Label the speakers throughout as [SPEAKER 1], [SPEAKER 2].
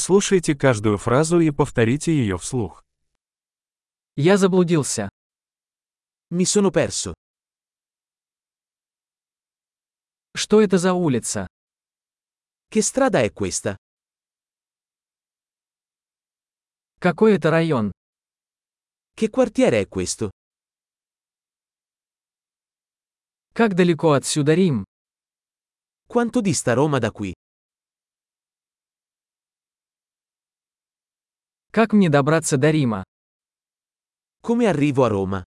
[SPEAKER 1] Прослушайте каждую фразу и повторите ее вслух.
[SPEAKER 2] Я заблудился.
[SPEAKER 3] Mi sono perso.
[SPEAKER 2] Что это за улица?
[SPEAKER 3] Che strada è questa?
[SPEAKER 2] Какой это район?
[SPEAKER 3] Che quartiere è questo?
[SPEAKER 2] Как далеко отсюда Рим?
[SPEAKER 3] Quanto dista Roma da qui?
[SPEAKER 2] Как мне добраться до Рима?
[SPEAKER 3] Come arrivo a Roma?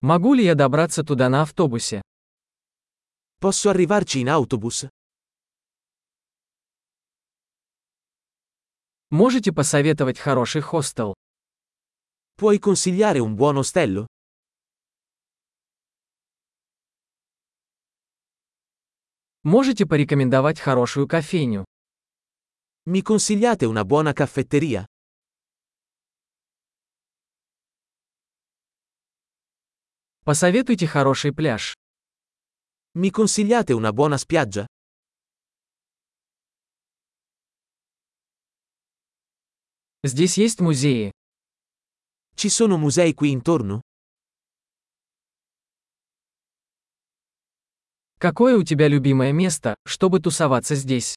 [SPEAKER 2] Могу ли я добраться туда на автобусе?
[SPEAKER 3] Posso arrivarci in autobus?
[SPEAKER 2] Можете посоветовать хороший хостел?
[SPEAKER 3] Puoi consigliare un buon ostello?
[SPEAKER 2] Можете порекомендовать хорошую кофейню?
[SPEAKER 3] Mi consigliate una buona caffetteria?
[SPEAKER 2] Посоветуйте хороший пляж.
[SPEAKER 3] Mi consigliate una buona spiaggia?
[SPEAKER 2] Здесь есть музеи.
[SPEAKER 3] Ci sono musei qui intorno?
[SPEAKER 2] Какое у тебя любимое место, чтобы тусоваться здесь?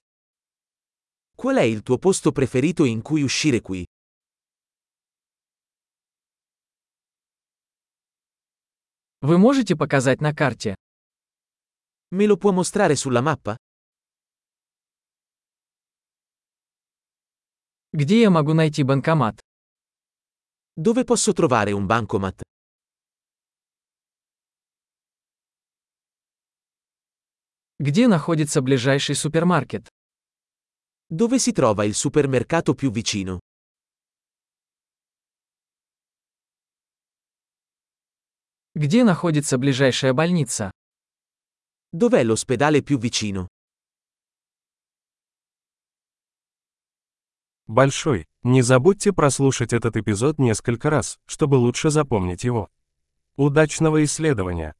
[SPEAKER 3] Qual è il tuo posto preferito in cui uscire qui?
[SPEAKER 2] Вы можете показать на карте?
[SPEAKER 3] Me lo può mostrare sulla mappa?
[SPEAKER 2] Где я могу найти банкомат?
[SPEAKER 3] Dove posso trovare un bancomat?
[SPEAKER 2] Где находится ближайший супермаркет?
[SPEAKER 3] Dove si trova il supermercato più vicino?
[SPEAKER 2] Где находится ближайшая больница?
[SPEAKER 3] Dov'è l'ospedale più vicino?
[SPEAKER 1] Большой. Не забудьте прослушать этот эпизод несколько раз, чтобы лучше запомнить его. Удачного исследования!